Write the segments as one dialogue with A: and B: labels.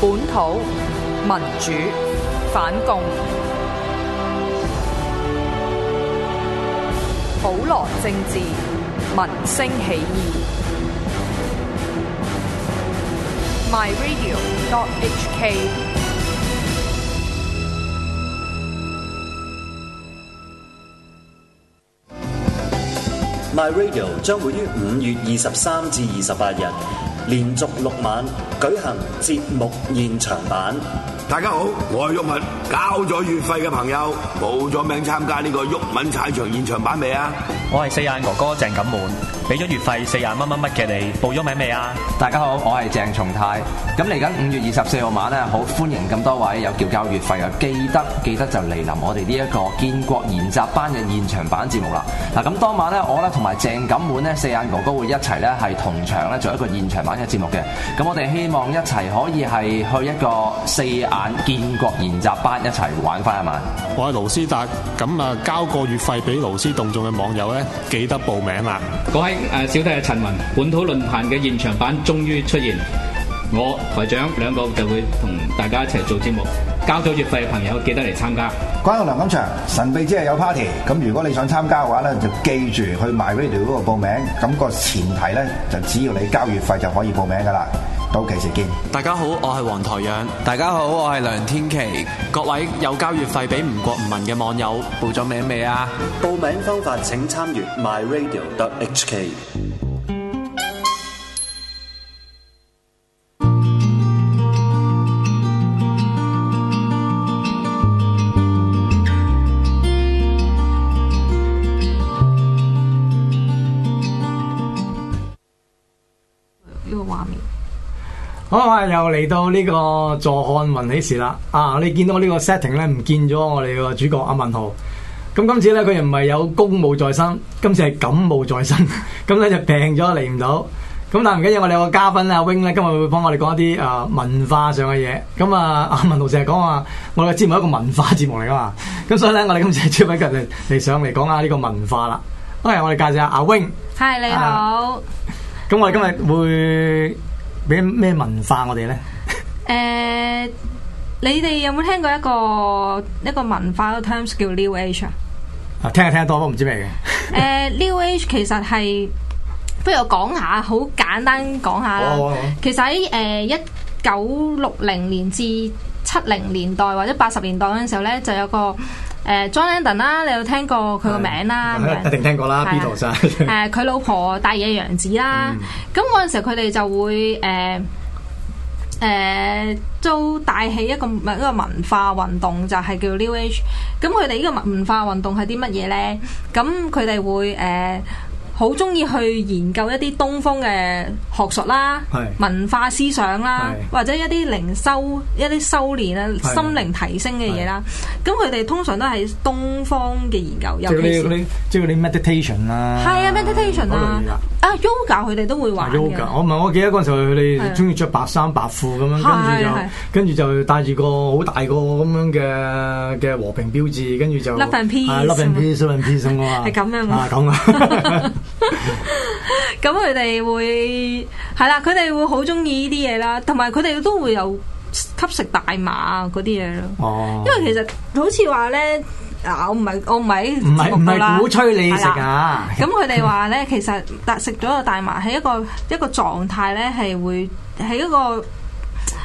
A: 本土民主反共普羅政治民生起義 myradio.hk
B: ，My Radio 將會於五月二十三至二十八日連續六晚舉行節目現場版。
C: 大家好，我係鬱敏。交咗月費嘅朋友，報咗名參加呢個鬱敏踩場現場版未啊？
D: 我係四眼哥哥鄭錦滿，俾咗月費四廿蚊乜乜嘅你，報咗名未啊？
E: 大家好，我係鄭松泰。咁嚟緊五月二十四號晚咧，好歡迎咁多位有繳交月費啊！記得記得就嚟臨我哋呢一個建國研習班嘅現場版節目啦。嗱，咁當晚咧，我咧同埋鄭錦滿咧四眼哥哥會一齊咧係同場咧做一個現場版嘅節目嘅。咁我哋希望一齊可以係去一個四眼建國研習班一齊玩翻一晚。
F: 我係勞斯達，咁啊交個月費俾勞斯動眾嘅網友咧，記得報名啦。
G: 各位誒呃小弟係陳雲，本土論壇嘅現場版終於出現，我台長兩個就會同大家一齊做節目。交咗月費嘅朋友記得嚟參加。
H: 關於梁錦祥神秘之夜有 party，咁如果你想參加嘅話咧，就記住去 MyRadio 嗰度報名，咁、個前提咧就只要你交月費就可以報名噶啦。到期時見。
I: 大家好，我係黃台仰。
J: 大家好，我係梁天琪。
I: 各位有交月費俾吳國吳民嘅網友，
J: 報咗名未啊？
B: 報名方法請參閱 myradio.hk。
K: 呢個畫面。
L: 好啊！又嚟到呢個坐看雲起時啦！啊，你見到呢個 setting 咧唔見咗我哋個主角阿文豪。咁今次咧佢又唔係有公務在身，今次係感冒在身， 咁咧就病咗嚟唔到。咁但係唔緊要，我哋有個嘉賓阿 wing 咧，今日會幫我哋講一啲啊、文化上嘅嘢。咁啊， 阿文豪成日講話，我哋嘅節目係一個文化節目嚟噶嘛。咁所以咧，我哋今次專揾佢嚟嚟上嚟講下呢個文化啦。好，我哋介紹下阿 wing。啊
K: 嗨，你好。
L: 咁我哋今日會俾咩文化我哋 咧？
K: 誒、Ờ, 你哋有冇聽過一個一個文化嘅 terms 叫 New Age à? 啊？
L: 啊，聽下聽得多，我唔知咩
K: 誒、
L: 嘅。
K: New Age 其實係，不如我講下，好簡單講下啦。
L: 好啊好啊
K: 其實喺誒一九六零年至七零年代或者八十年代嗰陣時候咧，就有個誒、John Ờ, Lennon 啦，你有聽過佢個名啦？咁樣
L: 一定聽過啦
K: 係啊
L: ，Beatles 啊。
K: 誒佢老婆大野洋子啦，
L: 嗯
K: 咁嗰陣時候佢哋就會誒誒、呃都帶起一個一個文化運動，就係、叫 New Age。咁佢哋呢個文化運動係啲乜嘢呢？咁佢哋會誒。呃好中意去研究一啲東方嘅學術啦
L: 係、
K: 文化思想啦，
L: 係
K: 或者一啲靈修、一啲修練啊、
L: 係
K: 心靈提升嘅嘢啦。咁佢哋通常都係東方嘅研究，
L: 即
K: 尤
L: 係嗰
K: 其
L: 啲
K: 是
L: 嗰。啲，即係嗰啲 meditation 啦。
K: 係啊，meditation 啊
L: 嗰類嘢，
K: 啊 yoga 佢哋都會玩嘅。
L: yoga，我唔係我記得嗰陣時候佢
K: 係啊
L: 哋中意着白衫白褲咁
K: 係
L: 樣
K: 係，
L: 跟住就跟住就帶住個好大個咁樣嘅嘅和平標誌，跟住就
K: Love and peace
L: 啊 love and peace，love and peace 咁啊，
K: 係咁樣啊
L: 啊咁啊，
K: 咁佢哋會係啦，佢哋會好中意呢啲嘢啦，同埋佢哋都會有吸食大麻啊嗰啲嘢咯。
L: 哦，
K: 因為其實好似話咧，嗱我唔係我唔係
L: 唔係唔係鼓吹你食
K: 係啦
L: 啊，
K: 咁佢哋話咧，其實但食咗個大麻係一個一個狀態咧，係會係一個。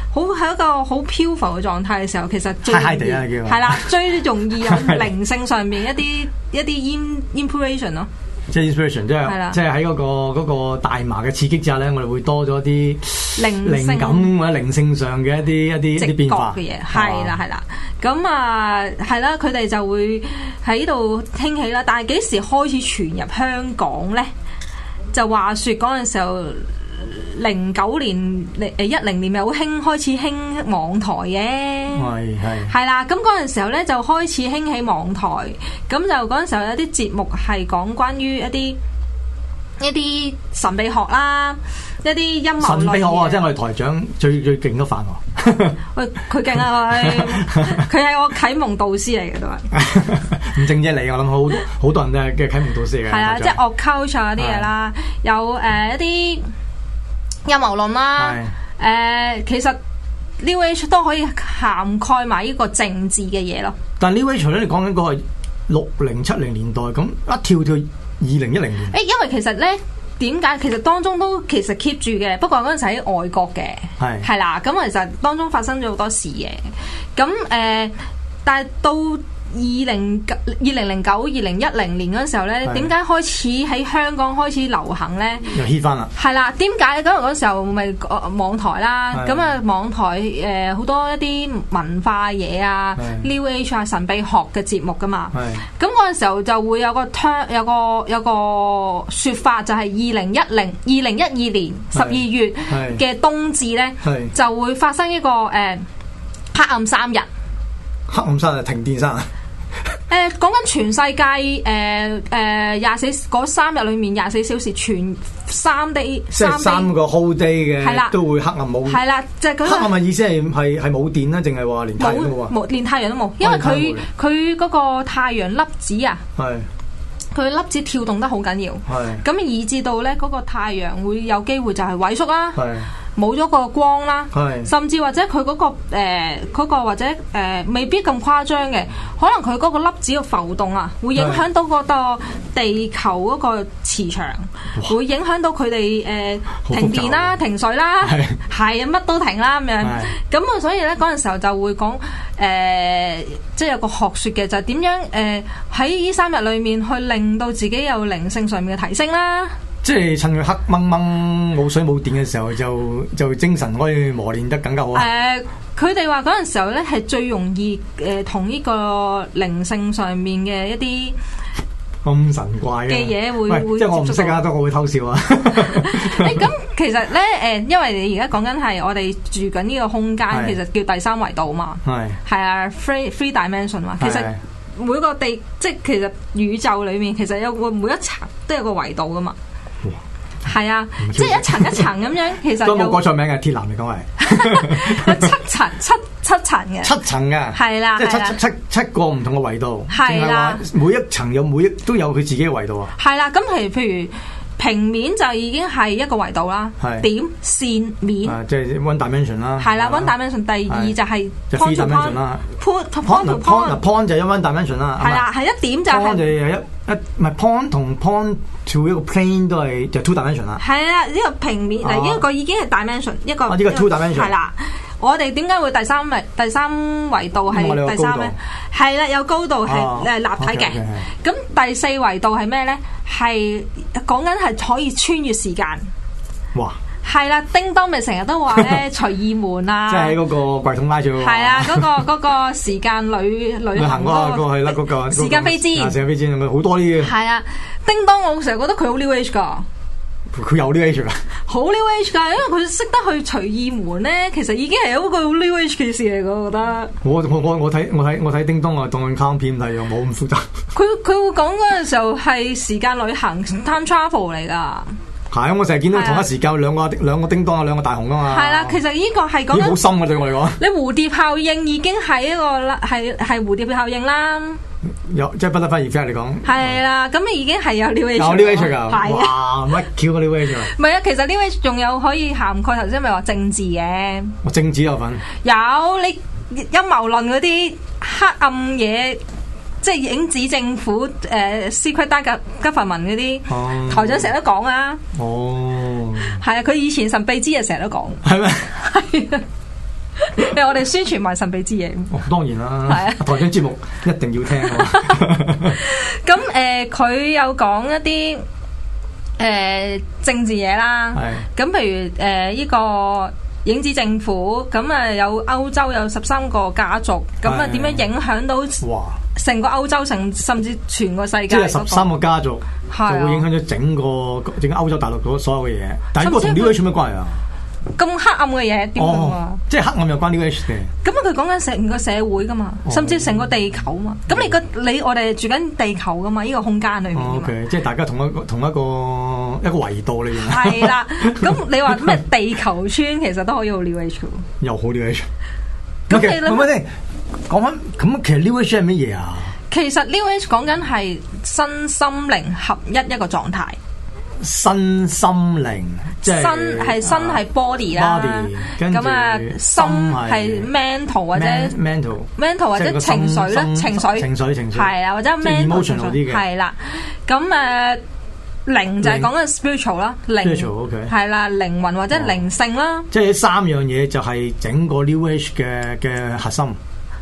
K: 好喺一個好漂浮嘅狀態嘅時候，其實最
L: 嗨嗨地啊叫
K: 係啦，最容 易有靈性上面一啲一啲 im impression 咯，
L: 即係 inspiration，即
K: 係啦
L: 係即係喺嗰個嗰個大麻嘅刺激之下咧，我哋會多咗啲
K: 靈性
L: 靈感或者靈性上嘅一啲一啲
K: 直
L: 一
K: 覺
L: 啲變化
K: 嘅嘢，係啦，係啦，咁啊係啦，佢哋就會喺度興起啦。但係幾時開始傳入香港呢？就話説嗰陣時候。零九年、誒一零年咪好興開始興網台嘅，
L: 係係。
K: 係啦，咁嗰陣時候咧就開始興起網台，咁就嗰陣時候有啲節目係講關於一啲一啲神秘學啦，一啲陰謀
L: 神
K: 論
L: 秘學
K: 嘢
L: 啊，即係我哋台長最最勁嗰範喎，
K: 喂，佢勁啊佢， 佢係我啟蒙導師嚟嘅都係，
L: 唔正啫你，我諗好好多人都係嘅啟蒙導師嚟嘅。
K: 係啊，即係 o c c u l t u r 啲嘢啦，呃呃有誒一啲陰謀論啦，誒其實 New Age 都可以涵蓋埋呢個政治嘅嘢咯。
L: 但 New Age 咧，你講緊嗰個六零七零年代，咁一跳跳二零一零年，
K: 誒，因為其實咧。點解其實當中都其實 keep 住嘅，不過嗰陣時喺外國嘅，
L: 係
K: 係啦，咁其實當中發生咗好多事嘅，咁誒、呃但係到二零九、二零零九、二零一零年嗰陣時候咧，
L: 係
K: 點解開始喺香港開始流行咧？
L: 又 hit 翻啦。
K: 係啦，點解嗰陣嗰時候咪呃網台啦？
L: 係
K: 咁啊網台誒好、多一啲文化嘢啊、
L: 係
K: New Age 啊、神秘學嘅節目噶嘛。
L: 係
K: 咁嗰陣時候就會有個 turn 有個有個説法就係二零一零二零一二年十二月
L: 係
K: 嘅冬至咧
L: 係，
K: 就會發生一個誒、呃黑暗三日。
L: 黑暗山啊，停 電山啊，
K: 誒呃講緊全世界誒誒廿四嗰三日裏面廿四小時全三 day
L: 即係
K: day
L: 三個 whole day
K: 係啦
L: 嘅都會黑暗冇。
K: 係啦，就係嗰個
L: 黑暗嘅意思係係係冇電啦，定係話連太陽都冇
K: 冇
L: 啊？
K: 冇連太陽都冇，因為佢佢嗰個太陽粒子啊，
L: 係
K: 佢粒子跳動得好緊要，
L: 係
K: 咁以至到咧嗰個太陽會有機會就係萎縮啦，
L: 係
K: 冇咗個光啦，
L: 係
K: 甚至或者佢嗰個誒嗰個或者誒未必咁誇張嘅，可能佢嗰個粒子嘅浮動啊，會影響到嗰個地球嗰個磁場，會影響到佢哋
L: 好
K: 誒
L: 複雜啊
K: 停電啦、停水啦
L: 係，
K: 係啊乜都停啦咁樣。咁啊，所以咧嗰陣時候就會講誒、呃即係有個學説嘅就係點樣誒喺呢三日裏面去令到自己有靈性上面嘅提升啦。
L: 即係趁佢黑掹掹冇水冇電嘅時候，就就精神可以磨練得更加好啊！
K: 誒，佢哋話嗰陣時候咧係最容易誒同呢個靈性上面嘅一啲。
L: 咁神怪啊
K: 嘅嘢會
L: 喂
K: 會
L: 即係我唔
K: 接觸
L: 識啊，都我會偷笑啊！
K: 誒咁其實咧誒，因為你而家講緊係我哋住緊呢個空間，
L: 係
K: 其實叫第三維度嘛，
L: 係
K: 係啊，three three dimension 嘛。其實
L: 係
K: 每個地即係其實宇宙裡面其實有個每一層都有個維度噶嘛。係啊，即係一層一層咁樣，其實
L: 都冇改
K: 有
L: 錯名嘅，鐵男嚟講係
K: 七層七七層嘅。
L: 七層嘅，
K: 係啦
L: 即
K: 係啦
L: 係七七七七個唔同嘅維度，
K: 係啦
L: 淨係話每一層有每一都有佢自己嘅維度啊！
K: 係啦，咁譬如譬如平面就已經係一個維度啦，
L: 係
K: 點線面
L: 啊，即係 one dimension 啦，
K: 係啦，one dimension 第二
L: 係
K: 就係
L: 就
K: point
L: three
K: to
L: dimension 啦
K: point，point to
L: point
K: point to
L: to point 嗱
K: point
L: point 就一 one dimension 啦，
K: 係啦，係一點就
L: point 就
K: 係
L: 有一一唔係 point 同 point to 一個 plane 都係就 two dimension 啦，
K: 係啊啦，呢個平面
L: 哦
K: 嗱，呢個已經係 dimension 一個
L: 哦呢個 two dimension
K: 係啦。我哋點解會第三維第三維度
L: 因為我啊哋有
K: 係第三
L: 高度
K: 咧？係啦，有高度係
L: 哦
K: 誒立體嘅
L: OK，OK，係。
K: 咁第四維度係咩咧？係講緊係可以穿越時間。
L: 哇！
K: 係啦，叮當咪成日都話 咧隨意門啊，
L: 即係喺嗰個櫃桶拉住嗰個
K: 係啊，嗰、個嗰、個時間旅旅
L: 旅行
K: 行
L: 嗰
K: 嗰、
L: 個嗰個係啦，嗰個
K: 時間飛氈
L: 啊時間飛氈咁樣好多呢啲
K: 個
L: 嘅，
K: 係啊，叮當我成日覺得佢好 new age 噶，
L: 佢有呢個 age 㗎
K: 好 new age 噶，因為佢識得去隨意門咧，其實已經係一個好 new age 嘅事嚟㗎，我覺得。
L: 我我我我睇我睇我睇叮當啊我係當緊卡通片睇，又冇咁複雜。
K: 佢佢會講嗰陣時候係時間旅行 time travel 嚟㗎，
L: 係，我成日見到
K: 係啊
L: 同一時間有兩個兩個叮當啊，兩個大雄啊嘛。
K: 係啦、其實呢個係
L: 已
K: 講
L: 經好
K: 緊
L: 深啊嘅對我嚟講，
K: 你蝴蝶效應已經係一個啦係係蝴蝶效應啦。
L: 有即係不得不而非嚟講，
K: 係啦，咁已經係有 New Age，
L: 有呢 age 㗎，
K: 係啊，
L: 哇乜 Q 嗰啲 age 啊！
K: 唔係啊，其實 New Age 仲有可以涵蓋頭先咪話政治嘅，
L: 我政治有份，
K: 有你陰謀論嗰啲黑暗嘢，即係影子政府誒、呃、secret d 吉弗文嗰啲，
L: 哦
K: 台長成日都講啊，
L: 哦，
K: 係啊，佢以前神秘之夜成日都講，
L: 係咩？
K: 係啊，因為我哋宣傳埋神秘之夜。
L: 哦當然啦，
K: 係啊
L: 台長節目一定要聽啊喎。
K: 咁誒，佢、有講一啲誒、呃政治嘢啦。咁譬如誒呢、個影子政府，咁啊有歐洲有十三個家族，咁啊
L: 係
K: 點樣影響到
L: 哇！
K: 成個歐洲，甚甚至全個世界、
L: 即係
K: 嗰個
L: 十三個家族就
K: 係啊
L: 會影響咗整個整個歐洲大陸嗰所有嘅嘢，但係呢個同
K: 甚至
L: New Age 有咩關係啊？
K: 咁黑暗嘅嘢點樣啊
L: 哦？，即係黑暗有關 New Age 嘅。
K: 咁啊，佢講緊成個社會噶嘛，
L: 哦
K: 甚至成個地球嘛。咁你個你我哋住緊地球噶嘛？呢、個空間裏面
L: 哦
K: 㗎嘛。
L: ，OK，即係大家同一個同一個一個維度裏邊，
K: 係啦，咁你話咩地球村其實都可以好 New Age 喎
L: 又好 New Age。
K: 咁
L: OK，
K: 你諗
L: 咁咪先講翻，咁其實 New Age 係乜嘢啊？
K: 其實 New Age 講緊係身心靈合一一個狀態，
L: 身心靈，即係
K: 身係身係 body 啦
L: body，，跟住
K: 咁啊心係 mental 或者
L: men- mental
K: mental 或
L: 即係
K: 者
L: 個
K: 情
L: 心
K: 緒啦，
L: 心
K: 情緒
L: 情緒情緒
K: 係啦，或者
L: 即係
K: mental 情
L: emotional 啲
K: 緒
L: 嘅
K: 係啦，咁誒。靈就係
L: 靈
K: 講緊 spiritual 啦，靈
L: spiritual，OK 哦
K: 係啦，靈魂或者靈性啦，
L: 即係呢三樣嘢就係整個 New Age 嘅嘅核心。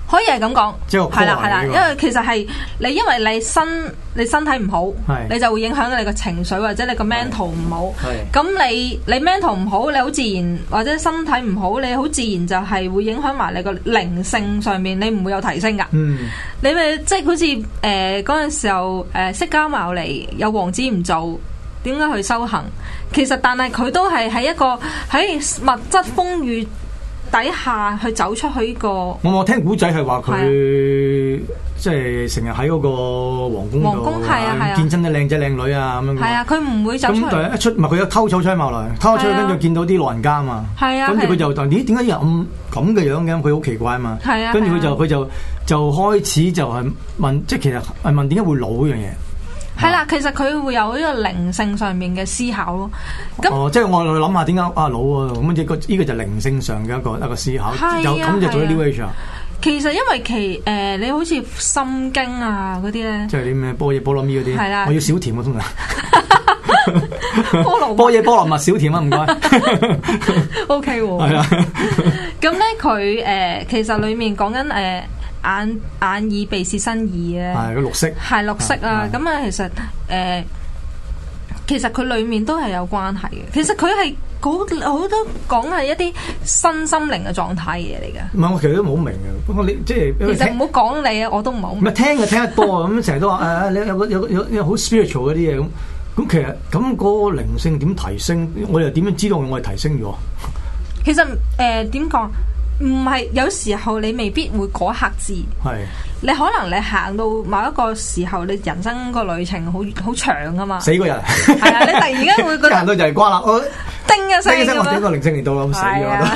K: 可以係咁講，
L: 即係個 core
K: 係啦係啦，
L: 嚟嘅
K: 因
L: 呢個
K: 為其實係你因為你身你身體唔好
L: 係，
K: 你就會影響你個情緒或者你個 mental 唔好。
L: 係
K: 咁你你 mental 唔好，你好自然或者身體唔好，你好自然就係會影響埋你個靈性上面，你唔會有提升㗎。
L: 嗯，
K: 你咪即係好似誒嗰陣時候誒釋迦牟尼有王子唔做，點解去修行？其實但係佢都係喺一個喺物質風雨底下去走出去呢個。
L: 我我聽古仔係啊話佢即係成日喺嗰個皇宮
K: 皇
L: 度
K: 宮係啊係啊
L: 見親啲靚仔靚女啊咁樣。
K: 係啊，佢唔會走出
L: 咁但係
K: 嚟
L: 一。出，唔係佢有偷走出去嘛來，偷咗出去
K: 係啊
L: 跟住見到啲老人家嘛，
K: 係啊
L: 跟住
K: 係啊
L: 佢就話：咦，點解有咁咁嘅樣嘅？佢好奇怪嘛
K: 係啊，
L: 跟住
K: 係啊
L: 佢就佢就就開始就係問，即係其實係問點解會老嗰樣嘢。
K: 係啦，其實佢會有呢個靈性上面嘅思考咯。咁
L: 哦，即係我諗下點解啊老啊咁呢個呢個就靈性上嘅一個一個思考
K: 係啊，
L: 就咁就做
K: 係啊
L: 咗 New Age 啊，
K: 其實因為其誒、呃你好似心經啊嗰啲咧，
L: 即係啲咩波嘢波羅蜜嗰
K: 係啦
L: 啲，我要少甜啊通常。
K: 菠蘿
L: 波嘢波羅蜜少甜啊，唔該，
K: O K 喎。
L: 係啊，
K: 咁咧佢誒其實裡面講緊誒眼眼耳鼻舌身意咧，
L: 係個綠色，
K: 係綠色啊。咁啊，其實誒、呃其實佢裡面都係有關係嘅。其實佢係好好多講係一啲身心靈嘅狀態嘢嚟嘅。
L: 唔係我其實都冇明嘅，不過你即係
K: 其實唔好講你啊，我都唔係好
L: 唔係聽就聽得多啊！咁成日都話誒，你有個有個有有好 spiritual 嗰啲嘢咁。咁其實咁嗰個靈性點提升？我又點樣知道我係提升咗？
K: 其實誒點講，唔係有時候你未必會嗰一刻知，
L: 係
K: 你可能你行到某一個時候，你人生個旅程好好長噶嘛，
L: 死個人，
K: 係啊，你突然間 會覺
L: 行
K: 得
L: 到就係瓜啦！我
K: 叮一
L: 呢
K: 聲
L: 聲
K: 咁
L: 我點
K: 樣。
L: 個靈性嚟到咁死
K: 係
L: 咗
K: 啊，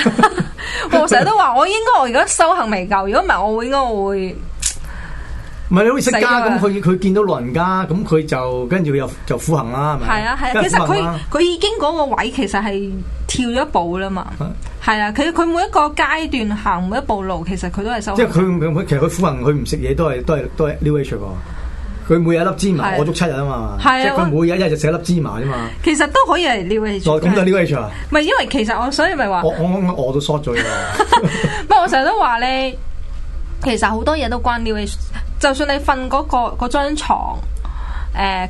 K: 我成日都話我應該我而家修行未夠，如果唔係我會應該我會
L: 唔係你好似釋迦咁，
K: 死
L: 佢佢見到老人家咁，佢就跟住佢又就苦行啦，係咪？
K: 係啊係啊。
L: 跟
K: 其
L: 住
K: 實
L: 苦行
K: 佢
L: 啦
K: 佢已經嗰個位其實係跳咗一步啦嘛，係啊。佢佢每一個階段行每一步路，其實佢都係修
L: 即係
K: 行。
L: 佢佢其實佢苦行，佢唔食嘢都係都係都係 New Age 喎。佢每日一粒芝
K: 係啊
L: 麻，我足七日啊嘛。
K: 係啊
L: 即係佢每日一日就食一粒芝麻啫嘛。
K: 其實都可以係 New Age
L: 哦，咁就 New Age 啊！
K: 唔係因為其實我所以咪話
L: 我，我我餓到 short 咗㗎。
K: 唔係我成日都話咧，其實好多嘢都關 New Age。就算你瞓嗰、個嗰張牀，誒、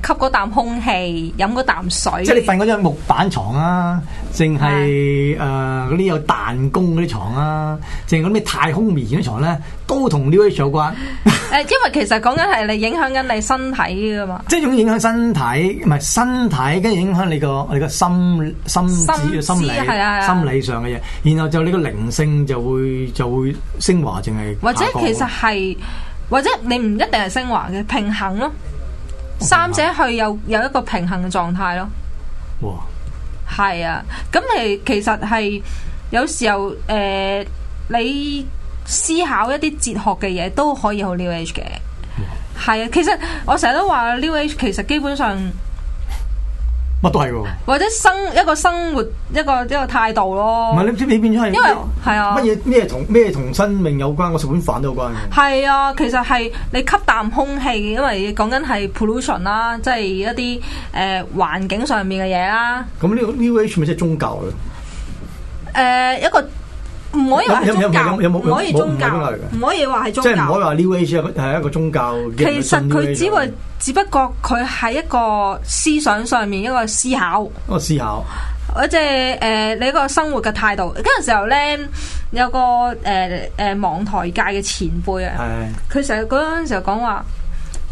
K: 吸嗰啖空氣，飲嗰啖水，
L: 即係你瞓嗰張木板床啊，淨係誒呃嗰啲有彈弓嗰啲床啊，淨係嗰啲咩太空棉嗰啲床咧，都同 New Age 有關，
K: 誒、因為其實講緊係你影響緊你身體噶嘛。
L: 即係種影響身體，唔係身體，跟住影響你個你個心心
K: 心
L: 智心
K: 思
L: 理
K: 係啊係啊
L: 心理上嘅嘢，然後就你個靈性就會就會升華，淨係
K: 或者
L: 下降
K: 其實係，或者你唔一定係升華嘅平衡咯，三者去有有一個平衡嘅狀態咯。
L: 哇！
K: 係啊，咁你其實係有時候誒、呃你思考一啲哲學嘅嘢都可以好 New Age 嘅。係啊，其實我成日都話 New Age 其實基本上
L: 乜都係喎，
K: 或者生一個生活一個一個態度
L: 唔
K: 咯
L: 係。你你變咗係
K: 因為係啊
L: 乜嘢咩同咩同生命有關，我食碗飯都有關嘅。
K: 係啊，其實係你吸啖空氣，因為講緊係 pollution 啦，即係一啲誒、呃、環境上面嘅嘢啦。
L: 咁呢個 New Age 咪即係宗教嘅？
K: 誒、一個唔可以話係
L: 有有
K: 宗教，
L: 有有冇
K: 唔可以
L: 有冇
K: 宗教
L: 唔係宗教嚟，嘅
K: 唔可以話係宗
L: 即係唔
K: 教
L: 可以。話 New Age 係一個係一個宗教嘅。
K: 其實
L: 信 New
K: 佢
L: Age
K: 只會，只不過佢喺一個思想上面一個思考，
L: 我思考，
K: 或者誒你一個生活嘅態度。嗰陣時候咧，有個誒誒、呃網台界嘅前輩啊，
L: 係
K: 佢成日嗰陣時候講話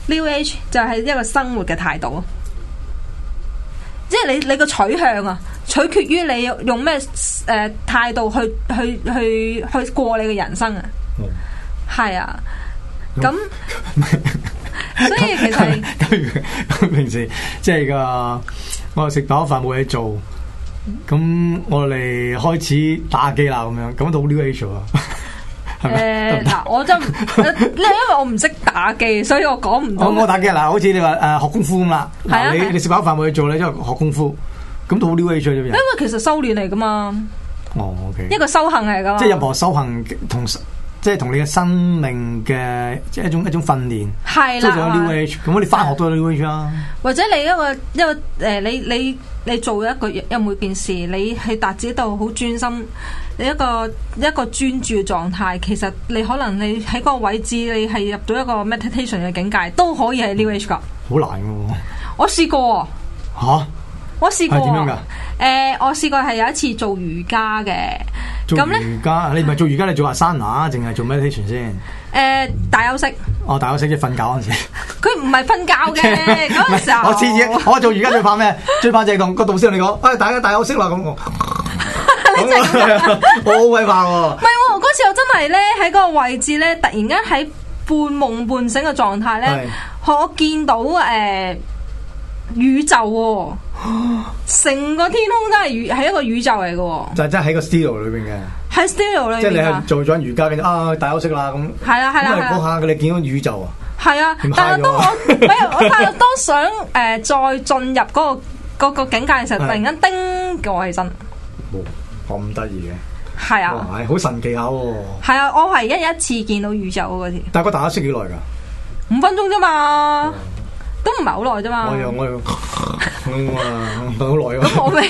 K: New Age 就係一個生活嘅態度啊，即係你你個取向啊，取決於你用咩誒、呃、態度去去去去過你嘅人生啊，
L: 哦
K: 係啊，咁 所以其實係。
L: 咁咁平時即係個我哋食飽飯冇嘢做，咁我哋開始打機啦咁樣，咁都好 New Age 啊！係
K: 誒
L: 咪
K: 嗱，我 真唔因為我唔識打機，所以我講唔到。
L: 哦我我打機嗱，好似你話誒學功夫咁啦，
K: 係啊
L: 嗱
K: 係啊
L: 你你食飽飯冇嘢做咧，因為學功夫，咁都好 new age 咗
K: 因
L: 人
K: 為。其實修練嚟噶嘛，
L: 哦，OK，
K: 一個修行嚟噶嘛。
L: 即係任何修行同即係同你嘅生命嘅即係一種一種訓練，
K: 係
L: 即係
K: 啦啊
L: 一種 new age。咁你翻學都係 new age 啊啦。
K: 或者你一個一個誒、你你你做一個有每件事，你係達至到好專心，你一個一個專注狀態，其實你可能你喺個位置，你係入到一個 meditation 嘅境界，都可以係 New Age 噶。
L: 好難嘅喎
K: 我試過啊，
L: 嚇，
K: 我試過
L: 係點樣㗎
K: 啊。誒、我試過係有一次做瑜伽嘅，
L: 做
K: 咁咧
L: 瑜伽你唔係做瑜伽，你做下 a 拿，定係做 meditation 先？
K: 誒大休息，
L: 哦，大家識即瞓覺嗰 陣時。
K: 佢唔係瞓覺 嘅嗰陣時候，
L: 我次次我做瑜伽最怕咩？ 最怕就係同個導師同你講，哎誒大家大休息啦咁 我。咁我我好鬼怕喎
K: 唔。係喎，嗰次我真係咧喺嗰個位置咧，突然間喺半夢半醒嘅狀態咧，我見到誒、呃宇宙喎、成個天空都係宇係一個宇宙嚟嘅喎，
L: 就係真係喺個 studio 裏邊嘅，
K: 哦喺 studio
L: 即
K: 裏
L: 係你
K: 面啊
L: 係，做咗瑜伽，跟住啊大休息啦咁。
K: 係啦係啦
L: 因為
K: 係
L: 嗰
K: 啦。
L: 下你見到宇宙啊，
K: 係啊
L: 點，
K: 但係
L: 嗨咗
K: 當
L: 啊
K: 我唔 係我，但係當想誒、呃再進入嗰、個嗰個境界嘅時候，突然間叮叫我起身，
L: 冇咁得意
K: 係
L: 嘅，
K: 啊，
L: 哇係好神奇下喎。
K: 係啊，我係一一次見到宇宙嗰次，
L: 但係個大休息幾耐㗎？
K: 五分鐘啫嘛，都唔係好耐啫嘛。
L: 我又我又咁啊，唔 係好耐喎。
K: 嗯咁我咪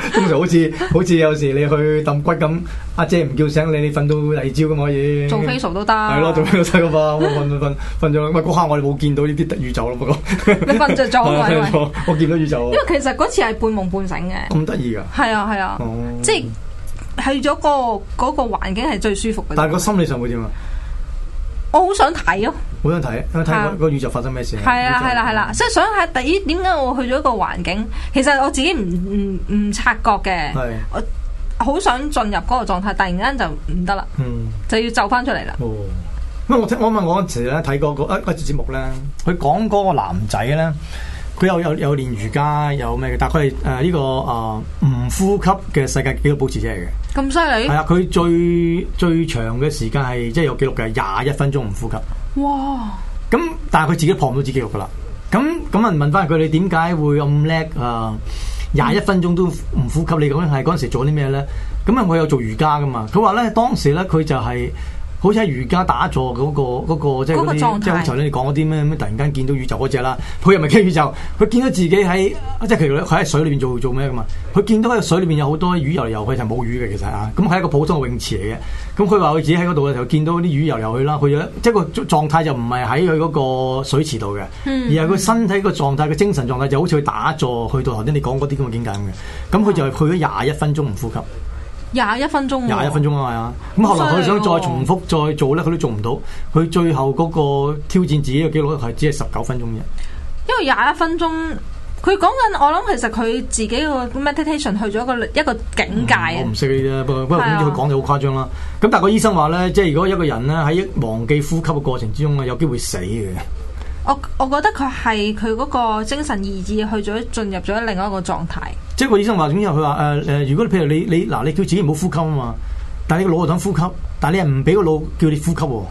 L: 通常好似好似有時你去揼骨咁，阿姐唔叫醒你，你瞓到第二朝咁可以。
K: 做 facial 都得。
L: 係咯，做咩都得噶嘛，我瞓瞓瞓瞓咗，喂嗰下我哋冇見到呢啲宇宙咯，不過
K: 你瞓着 咗啊喂喂
L: 我我見到宇宙
K: 因
L: 啊
K: 為其實嗰次係半夢半醒嘅。
L: 咁得意噶，
K: 係啊係啊，
L: 哦
K: 即係。去咗個嗰個環境係最舒服嘅，
L: 但係個心理上會點啊？
K: 我好想睇咯，
L: 好想睇，想
K: 係
L: 睇
K: 啊
L: 個個嗯宇宙發生咩事。
K: 係啊係啦係啦，即係想下第一點解我去咗一個環境，其實我自己唔唔唔察覺嘅，
L: 係
K: 我好想進入嗰個狀態，突然間就唔得啦，
L: 嗯。
K: 就要就翻出嚟啦。
L: 哦，咁我聽我問我嗰陣時咧睇過個一一節節目咧，佢講嗰個男仔咧，佢有有有練瑜伽有咩嘅，但係佢係誒呢個啊唔、呼吸嘅世界紀錄保持者嚟嘅。
K: 咁犀利
L: 係，啦，啊佢最最長嘅時間係即係有記錄嘅廿一分鐘唔呼吸。
K: 哇！
L: 咁但係佢自己破唔到自己肉噶啦。咁咁啊人問翻佢你點解會咁叻啊？廿一分鐘都唔呼吸，你究竟係嗰陣時做啲咩咧？咁啊，我有做瑜伽噶嘛。佢話咧當時咧佢就係、好似喺瑜伽打坐嗰、個嗰、個即係
K: 嗰個
L: 嗰
K: 狀態
L: 啲，即係好似頭先你講嗰啲咩咩，突然間見到宇宙嗰只啦，佢又唔係見宇宙，佢見到自己喺即係其實佢喺水裏邊做做咩噶嘛？佢見到喺水裏邊有好多魚游嚟游去，就冇魚嘅其實啊，咁係一個普通嘅泳池嚟嘅。咁佢話佢自己喺嗰度嘅時候見到啲魚游嚟游去啦，佢有即係個狀態就唔係喺佢嗰個水池度嘅，
M: 嗯
L: 而係佢身體個狀態、個精神狀態就好似佢打坐去到頭先你講嗰啲咁嘅境界咁嘅。咁佢就係去咗廿一分鐘唔呼吸。
K: 廿一分鐘喎，
L: 廿一分鐘啊，係啊。咁後來佢想再重複再做咧，佢都做唔到。佢最後嗰個挑戰自己嘅記錄係只係十九分鐘啫。
K: 因為廿一分鐘，佢講緊我諗其實佢自己個 meditation 去咗一個一個境界啊
L: 我唔識呢啲啦，不過不過
K: 係啊
L: 總之佢講就好誇張啦。咁但係個醫生話咧，即係如果一個人咧喺忘記呼吸嘅過程之中咧，有機會死嘅。
K: 我我覺得佢係佢嗰個精神意志去咗進入咗另外一個狀態，
L: 即係個醫生話，總之佢話誒誒，如果譬如你你嗱，你叫自己唔好呼吸啊嘛，但係你個腦就想呼吸，但係你係唔俾個腦叫你呼吸喎，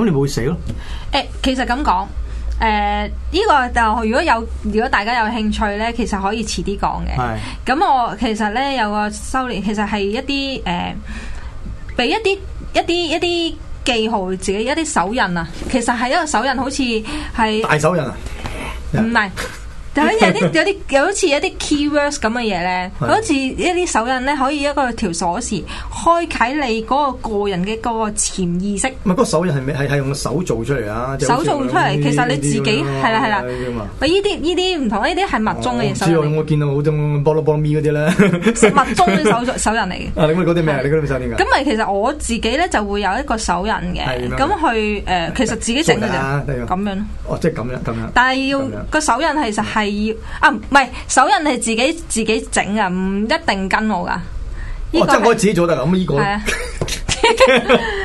L: 咁你咪會死咯。
K: 誒、其實咁講。誒呢、個就如果有如果大家有興趣咧，其實可以遲啲講嘅。
L: 係
K: 咁我其實咧有個修練，其實係一啲誒，俾、一啲一啲一啲記號自己一啲手印啊。其實係一個手印，好似係
L: 大手印啊！
K: 唔係，就好似有 啲有啲有好似一啲 keywords 咁嘅嘢咧，
L: 係
K: 好似一啲手印咧，可以一個條鎖匙開啟你嗰個個人嘅嗰個潛意識。
L: 唔係嗰個手印係咪係係用個手做出嚟啊？即係好似
K: 手做出嚟
L: 呢啲
K: 其實你自己
L: 呢啲咁樣啊
K: 係啦係啦
L: 呢啲嘛
K: 喂，呢啲呢啲唔同，呢啲係密宗嘅嘢手
L: 主要
K: 印，
L: 我見到好多菠蘿菠蘿咪嗰啲咧，
K: 密宗嘅 手手印嚟嘅。
L: 啊，你嗰啲咩？你嗰啲手點㗎？
K: 咁咪其實我自己咧就會有一個手印嘅
L: 係點，樣啊
K: 咁去誒、呃其實自己整嘅啫，
L: 咁
K: 咁樣咯。
L: 哦，即係咁樣咁樣。
K: 但係要
L: 咁樣
K: 個手印其實係要啊，唔係手印係自己自己整啊，唔一定跟我噶。呢個
L: 哦，即係
K: 係
L: 我自己做得㗎咁呢個
K: 係啊。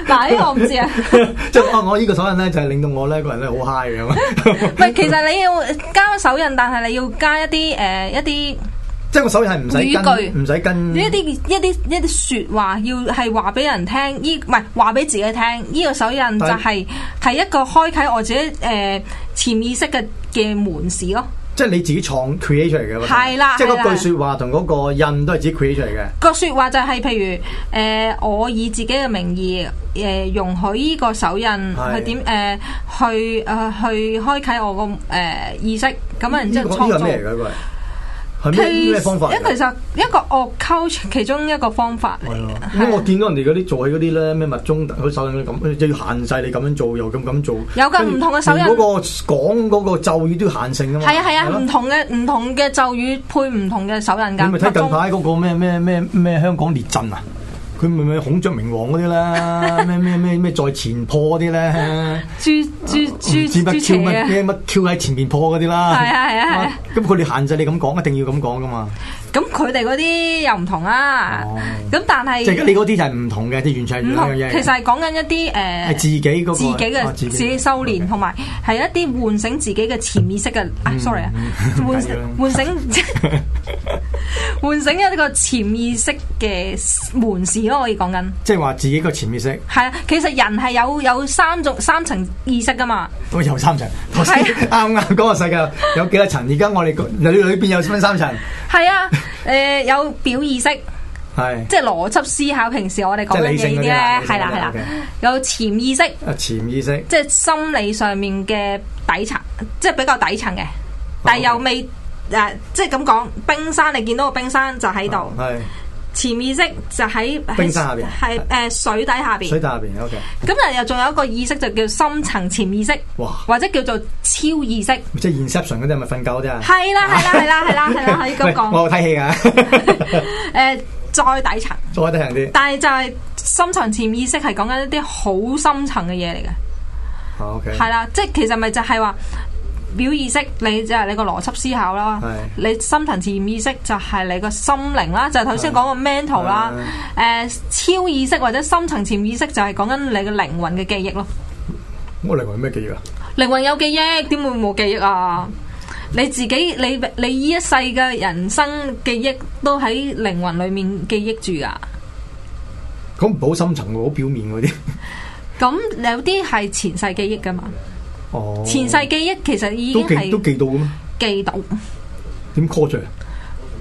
K: 嗱，呢個我唔知啊。
L: 即係哦我呢個手印咧，就係令到我咧個人咧好 high 嘅咁。
K: 唔係，其實你要加手印，但係你要加一啲誒、呃一啲
L: 即係個手語係唔使
K: 語句
L: 跟，唔使跟
K: 一啲一啲一啲説話要係話俾人聽，依唔係話俾自己聽，呢、個手印就係、係一個開啟我自己誒、呃、潛意識嘅嘅門匙咯。
L: 即係你自己創 create 出嚟嘅。我覺得
K: 係啦
L: 即係
K: 係
L: 嗰
K: 啦
L: 句説話同嗰個印都係自己 create 出嚟嘅。
K: 個説話就係、譬如誒、呃我以自己嘅名義誒、呃容許呢個手印去點誒、呃去誒、呃去開啟我個誒、呃意識，咁啊然之
L: 呢
K: 後
L: 個呢個
K: 創造。
L: 咩嚟㗎？佢係係咩咩方法嚟
K: 因
L: 㗎？
K: 為其實一個惡溝其中一個方法嚟嘅。
L: 咁我見到人哋嗰啲做起嗰啲咧，咩物中嗰啲手印咁，又要限制你咁樣做，又咁咁做。
K: 有㗎唔同嘅手印
L: 連嗰個講嗰個咒語都要限性㗎嘛。
K: 係啊係
L: 係
K: 啊，
L: 咯
K: 唔同嘅唔同嘅咒語配唔同嘅手印㗎。
L: 你咪睇近排嗰個咩咩咩咩香港列陣啊？佢咪咪孔雀明王嗰啲啦，咩咩咩咩在前破嗰啲咧，
K: 豬豬
L: 唔知
K: 豬
L: 乜
K: 豬
L: Q
K: 邪
L: 乜
K: 啊！
L: 咩乜 Q 喺前面破嗰啲啦。
K: 係啊係啊係啊！
L: 咁佢哋限制你咁講，一定要咁講噶嘛。
K: 咁佢哋嗰啲又唔同啦。
L: 哦
K: 咁但係
L: 即係你嗰啲就係唔同嘅，即係完全係
K: 唔
L: 兩
K: 同，
L: 樣嘢。
K: 其實係講緊一啲
L: 係
K: 誒
L: 自己嗰個
K: 自己
L: 哦
K: 嘅
L: 自己
K: 自己修練，同埋係一啲喚醒自己嘅潛意識嘅。啊，sorry 啊，喚
L: 緊要啦
K: 喚醒喚醒一個潛意識嘅門匙咯，可以講緊。
L: 即係話自己個潛意識，
K: 係啊，其實人係有有三種三層意識噶嘛。啊
L: 我哦有三層。頭先啱啱講個世界有幾多層？而家我哋個裏裏邊有分三層，
K: 係啊，誒有表意識。
L: 係
K: 即係邏輯思考，平時我哋講緊
L: 即係理
K: 嘅
L: 性
K: 呢啲
L: 嗰啲
K: 咧
L: 啦，
K: 係啦係
L: 理性嗰啲
K: 啦
L: OK，
K: 有潛意識，
L: 啊潛意識。
K: 即係心理上面嘅底層，即係比較底層嘅，
L: 哦
K: 但係又未誒、即係咁講，冰山你見到個冰山就喺度，
L: 哦係
K: 潛意識就喺喺
L: 冰山下邊
K: 係誒水底下
L: 水
K: 邊。
L: 底下邊，OK，
K: 咁啊，又仲有一個意識就叫深層潛意識，
L: 哇
K: 或者叫做超意識。
L: 即係 inception 嗰啲係咪瞓覺嗰啲啊？
K: 係 啦係啦係啦係啦係啦，可以咁
L: 喂
K: 講。
L: 我有睇戲
K: 誒、
L: 㗎，
K: 再底層。
L: 再低人啲。
K: 但係就係深層潛意識係講緊一啲好深層嘅嘢嚟嘅，
L: 好 OK，
K: 係啦，即係其實咪就係話表意識，你就係你個邏輯思考啦，你深層潛意識就係你個心靈啦，就係頭先講個 mental 啦，誒、超意識或者深層潛意識就係講緊你嘅靈魂嘅記憶咯，
L: 我靈魂咩記憶啊？
K: 靈魂有記憶，點會冇記憶啊？你自己你你呢一世嘅人生記憶都喺靈魂裡面記憶住噶。
L: 咁唔好深層喎，好表面嗰啲。
K: 咁有啲係前世記憶噶嘛？
L: 哦，
K: 前世記憶其實已經
L: 都記都
K: 係
L: 記到嘅咩？
K: 記到，
L: 點 call 出嚟？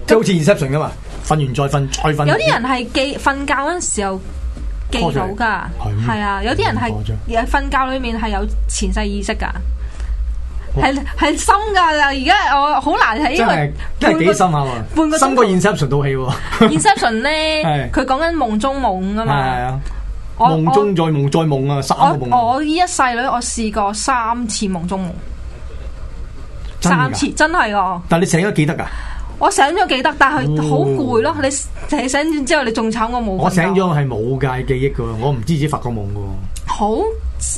L: 即係好似 inception 㗎嘛，瞓完再瞓再瞓。
K: 有啲人係記瞓覺嗰陣時候記
L: 拖出
K: 到
L: 嚟
K: 㗎，係啊，有啲人係
L: 咁誇張
K: 有瞓覺裏面係有前世意識㗎。係係深㗎啦！而家我好難喺呢
L: 真係
K: 個
L: 真係幾深下
K: 半個
L: 喎，
K: 鐘頭
L: 深過 inception 套戲喎。
K: Inception 咧
L: 係，
K: 佢講緊夢中夢啊
L: 係
K: 嘛。
L: 啊，
K: 我
L: 夢中再夢再夢啊，三個夢
K: 我
L: 啊，
K: 我呢一世女，我試過三次夢中夢，
L: 真㗎
K: 三次真係㗎。
L: 但係你醒咗記得㗎？哦
K: 我醒咗記得，但係好攰咯。你你醒咗之後，你仲慘我冇瞓覺。
L: 我醒咗係冇界記憶㗎喎，我唔知自己發過夢㗎喎。
K: 好誒、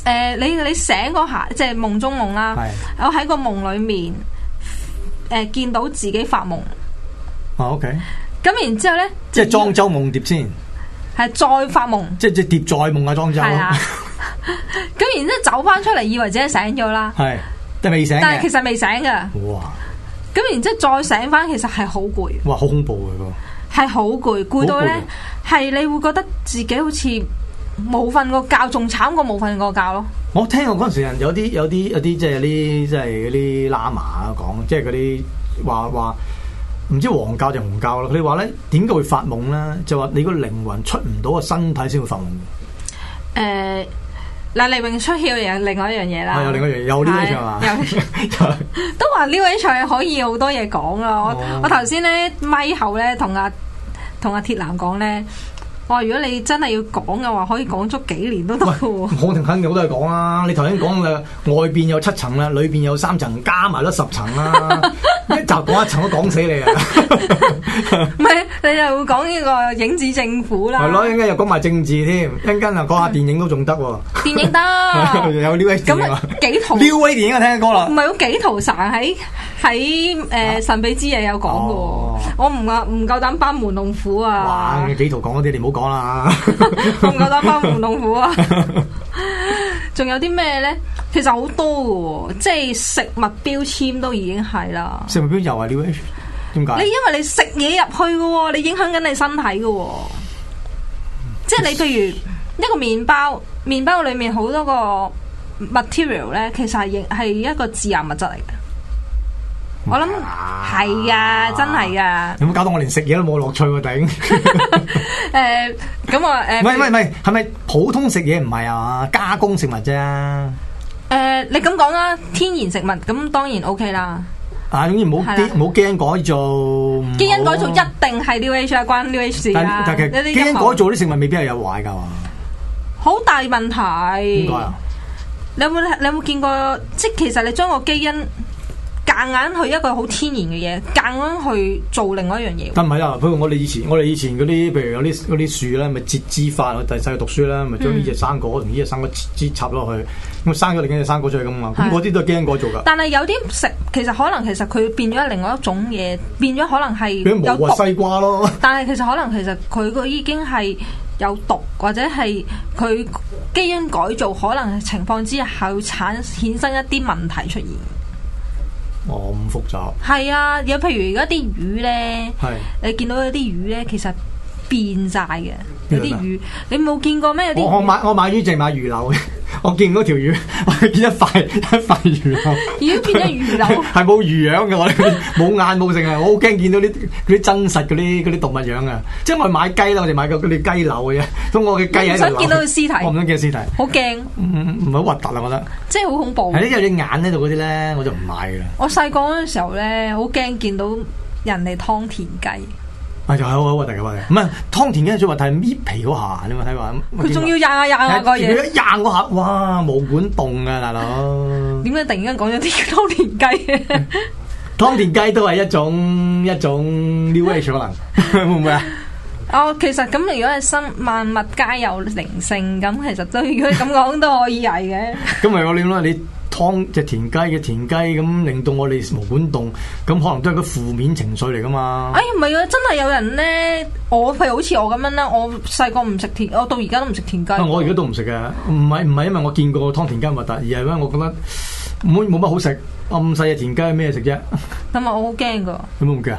K: 呃你你醒嗰下即係夢中夢啦
L: 係。
K: 我喺個夢裏面誒、呃、見到自己發夢，
L: 啊 OK，
K: 咁然之後咧
L: 即係莊周夢蝶先，
K: 係再發夢，
L: 即係隻蝶再夢啊莊周。
K: 係啊。咁然之後走翻出嚟，以為自己醒咗啦，
L: 係，但係未醒嘅
K: 但係其實未醒嘅。
L: 哇
K: 咁然之後再醒翻，其實係好攰，
L: 哇，好恐怖啊嘅個，啊
K: 係好攰，攰到咧係你會覺得自己好似冇瞓過覺，仲慘過冇瞓過覺咯。
L: 我聽過嗰陣時人有啲有啲有啲即係啲即係嗰啲喇嘛講，即係嗰啲話話唔知黃教定紅教啦。佢哋話咧點解會發夢咧？就話你個靈魂出唔到個身體先會發夢。
K: 誒、嗱，黎明出竅又有另外一樣嘢啦，
L: 係有另外一樣嘢有呢樣嘢嘛
K: 係 有都話呢位菜可以好多嘢講啦。我、
L: 哦
K: 我頭先咧咪後咧同阿同阿鐵男講咧，我話如果你真係要講嘅話，可以講足幾年都得嘅喎。
L: 我定肯定好多嘢講啦。你頭先講嘅外邊有七層啦，裏邊有三層，加埋都十層 啦。一集講一層都講死你啊！
K: 唔係你就會講呢個影子政府啦
L: 係，咯，一陣間又講埋政治添，一陣間又講下電影都仲得喎。
K: 電影得
L: 有呢位電
K: 咁
L: 影啊
K: 啊，幾套
L: 呢位電影我聽過啦
K: 唔。係有幾套神喺喺誒神秘之夜有講嘅喎，我唔啊唔夠膽班門弄斧啊！
L: 啊，幾圖講嗰哦啲你唔好講啦。
K: 我唔夠膽包唔痛苦啊！仲有啲咩咧？其實好多嘅喎，即係食物標籤都已經係啦。
L: 食物標又係 New Age，點解？
K: 你因為你食嘢入去嘅喎，你影響緊你身體嘅喎。即係你譬如一個麵包，麵包裡面好多個 material 咧，其實係影係一個致癌物質嚟嘅。我諗係噶，真係啊噶。
L: 有冇搞到我連食嘢都冇樂趣喎？頂！
K: 誒，咁我誒，
L: 唔係唔係唔係，係咪普通食嘢唔係啊？加工食物啫。
K: 誒、你咁講啦，天然食物咁當然 OK 啦。
L: 啊，總之唔好
K: 係
L: 基
K: 啦
L: 唔好基因改造。
K: 基因改造一定係 New Age 啊，關 New Age 事
L: 但
K: 啦。
L: 啊但其實
K: 呢啲
L: 基因改
K: 陰
L: 造
K: 謀
L: 啲食物未必係有壞㗎嘛？
K: 好大問題。
L: 點解啊？
K: 你有冇你有冇見過？即係其實你將個基因夾硬去一個好天然嘅嘢，夾硬去做另外一樣嘢。
L: 但唔係啦，啊譬如我哋以前，我哋以前嗰啲，譬如有啲嗰啲樹咧，咪截枝法，我第細個讀書咧，咪將
K: 嗯
L: 呢只生果同呢只生果截枝插落去，咁生咗另一隻生果出去咁啊嘛。
K: 係
L: 咁嗰啲都係基因改造㗎。
K: 但係有啲食其實可能其實佢變咗另外一種嘢，變咗可能係
L: 變咗
K: 有
L: 無
K: 毒
L: 核。西瓜咯。
K: 但係其實可能其實佢個已經係有毒，或者係佢基因改造，可能情況之下會產衍生一啲問題出現。
L: 哦，咁複雜。
K: 係啊，有譬如而家啲魚咧，
L: 係
K: 你見到有啲魚咧，其實變晒嘅，有
L: 變咗
K: 啲
L: 咩
K: 魚你冇見過咩？有啲
L: 我我
K: 魚
L: 買我買魚淨買魚柳嘅，我見唔到條魚， 我係見一塊一塊魚柳。
K: 已經變咗魚 柳，
L: 係冇魚樣 嘅，我哋嗰啲冇眼冇剩啊！我好驚見到啲嗰啲真實嗰啲嗰啲動物樣啊！即係我哋買雞啦，我哋買過嗰啲雞柳嘅啫，咁我嘅雞喺度
K: 你唔想見到佢屍體
L: 我唔想見到屍體，
K: 好驚，
L: 唔唔唔係好核突啊！我覺得
K: 即係好恐怖
L: 係。咧有隻眼喺度嗰啲咧，我就唔買嘅啦。
K: 我細個嗰陣時候咧，好驚見到人哋劏田雞，
L: 啊，就係好好核突嘅，我哋唔係湯田雞最核突係搣皮嗰下，你有冇睇過？啊
K: 佢仲要硬下硬下個
L: 佢
K: 嘢
L: 一。硬嗰下，哇！毛管動啊，大佬！
K: 點解突然間講咗啲劏田雞嘅？
L: 湯田雞都係一種一種 new age 可能 會唔會啊？
K: 哦，其實咁，如果係生萬物皆有靈性，咁其實都如果咁講都可以係嘅。
L: 咁咪我諗啦，你湯只田雞嘅田雞咁，令到我哋毛管動，咁可能都係個負面情緒嚟噶嘛
K: 哎。呀，唔係啊，真係有人咧，我譬如好似我咁樣啦，我細個唔食田，我到而家都唔食田雞。
L: 啊我而家都唔食嘅，唔係唔係因為我見過湯田雞核突，而係因為我覺得冇冇乜好食，咁細嘅田雞咩食啫？
K: 咁啊，我好驚噶，
L: 有冇咁嘅？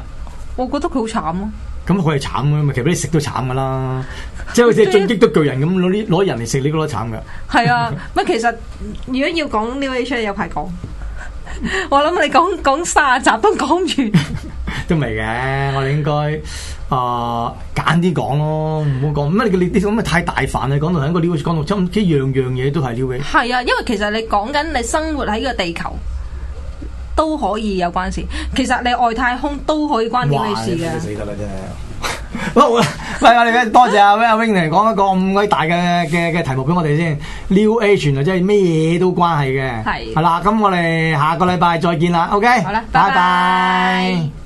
K: 我覺得佢好慘啊咯。
L: 咁佢係慘嘅嘛，其實俾你食都慘噶啦，即係好似進擊都巨人咁攞啲攞人嚟食，你都覺得慘嘅。
K: 係啊，乜其實如果要講 New Age 有排講， 我諗你講講卅集都講唔完。
L: 都未嘅，我哋應該啊揀啲講咯，唔好講乜你你你咁咪太大範啦，講到喺個 new age 講到真即係樣樣嘢都係 new age。
K: 係啊，因為其實你講緊你生活喺個地球都可以有關事，其實你外太空都可以關 New
L: 哇
K: Age 事
L: 你
K: 嘅。
L: 死得啦真係！ 好啦，喂，我哋多謝 阿咩阿 Wing 嚟講一個咁鬼大嘅嘅嘅題目俾我哋先。New Age 原來真係咩嘢都關係嘅，
K: 係
L: 係啦。咁我哋下個禮拜再見啦，OK？
K: 好啦，
L: 拜
K: 拜拜